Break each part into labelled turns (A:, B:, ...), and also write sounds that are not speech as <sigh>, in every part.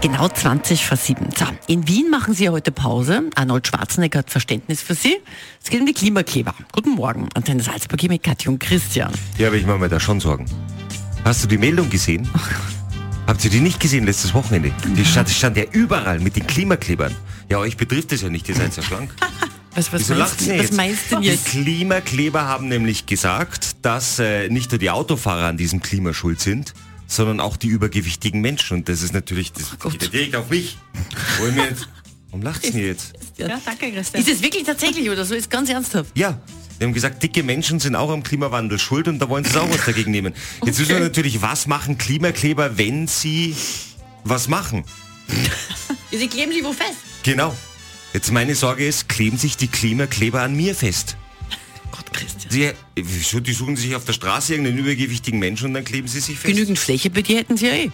A: Genau 20 vor 7. So, in Wien machen Sie heute Pause. Arnold Schwarzenegger hat Verständnis für Sie. Es geht um die Klimakleber. Guten Morgen. Antenne Salzburg hier mit Katja und Christian.
B: Ja, aber ich mache mir da schon Sorgen. Hast du die Meldung gesehen?
A: Oh
B: Habt ihr die nicht gesehen letztes Wochenende? Die stand, die stand ja überall mit den Klimaklebern. Ja, euch betrifft es ja nicht, ihr seid ja schlank.
A: <laughs> Was, was,
B: Wieso
A: meinst,
B: lacht's denn
A: was
B: jetzt?
A: meinst du denn
B: Die
A: jetzt?
B: Klimakleber haben nämlich gesagt, dass äh, nicht nur die Autofahrer an diesem Klima schuld sind, sondern auch die übergewichtigen Menschen. Und das ist natürlich, das
A: Oh Gott.
B: geht ja direkt auf mich. Wo ich mir jetzt, warum lacht's denn ihr jetzt?
C: Ja, danke, Christian.
A: Ist es wirklich tatsächlich oder so? Ist ganz ernsthaft.
B: Ja. Die haben gesagt, dicke Menschen sind auch am Klimawandel schuld und da wollen sie auch was dagegen nehmen. Jetzt wissen wir natürlich, was machen Klimakleber, wenn sie was machen?
C: Sie kleben sie wo fest?
B: Genau. Jetzt meine Sorge ist, kleben sich die Klimakleber an mir fest.
A: Gott, Christian.
B: Sie, wieso, die suchen sich auf der Straße irgendeinen übergewichtigen Menschen und dann kleben sie sich fest.
A: Genügend Fläche bei dir hätten Sie ja eh.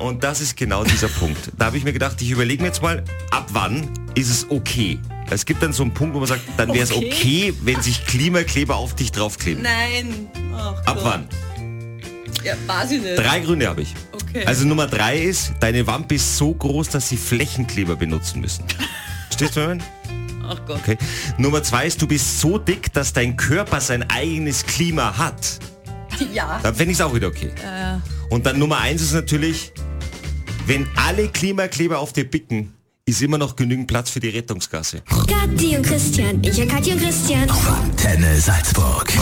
B: Und das ist genau dieser Punkt. Da habe ich mir gedacht, ich überlege mir jetzt mal, ab wann ist es okay? Es gibt dann so einen Punkt, wo man sagt, dann wäre es okay.
C: Okay.
B: wenn sich Klimakleber auf dich draufkleben.
C: Nein. Ach
B: Ab
C: Gott.
B: wann?
C: Ja, weiß ich nicht.
B: Drei Gründe habe ich.
C: Okay.
B: Also Nummer drei ist, deine Wampe ist so groß, dass sie Flächenkleber benutzen müssen. Stehst du, was ich meine?
C: Ach Gott.
B: Okay. Nummer zwei ist, du bist so dick, dass dein Körper sein eigenes Klima hat.
C: Ja. Äh.
B: Dann fände ich es auch wieder okay. Und dann Nummer eins ist natürlich, wenn alle Klimakleber auf dir picken, ist immer noch genügend Platz für die Rettungsgasse.
D: Kathi und Christian. Ich bin Kathi und Christian.
E: Antenne Salzburg.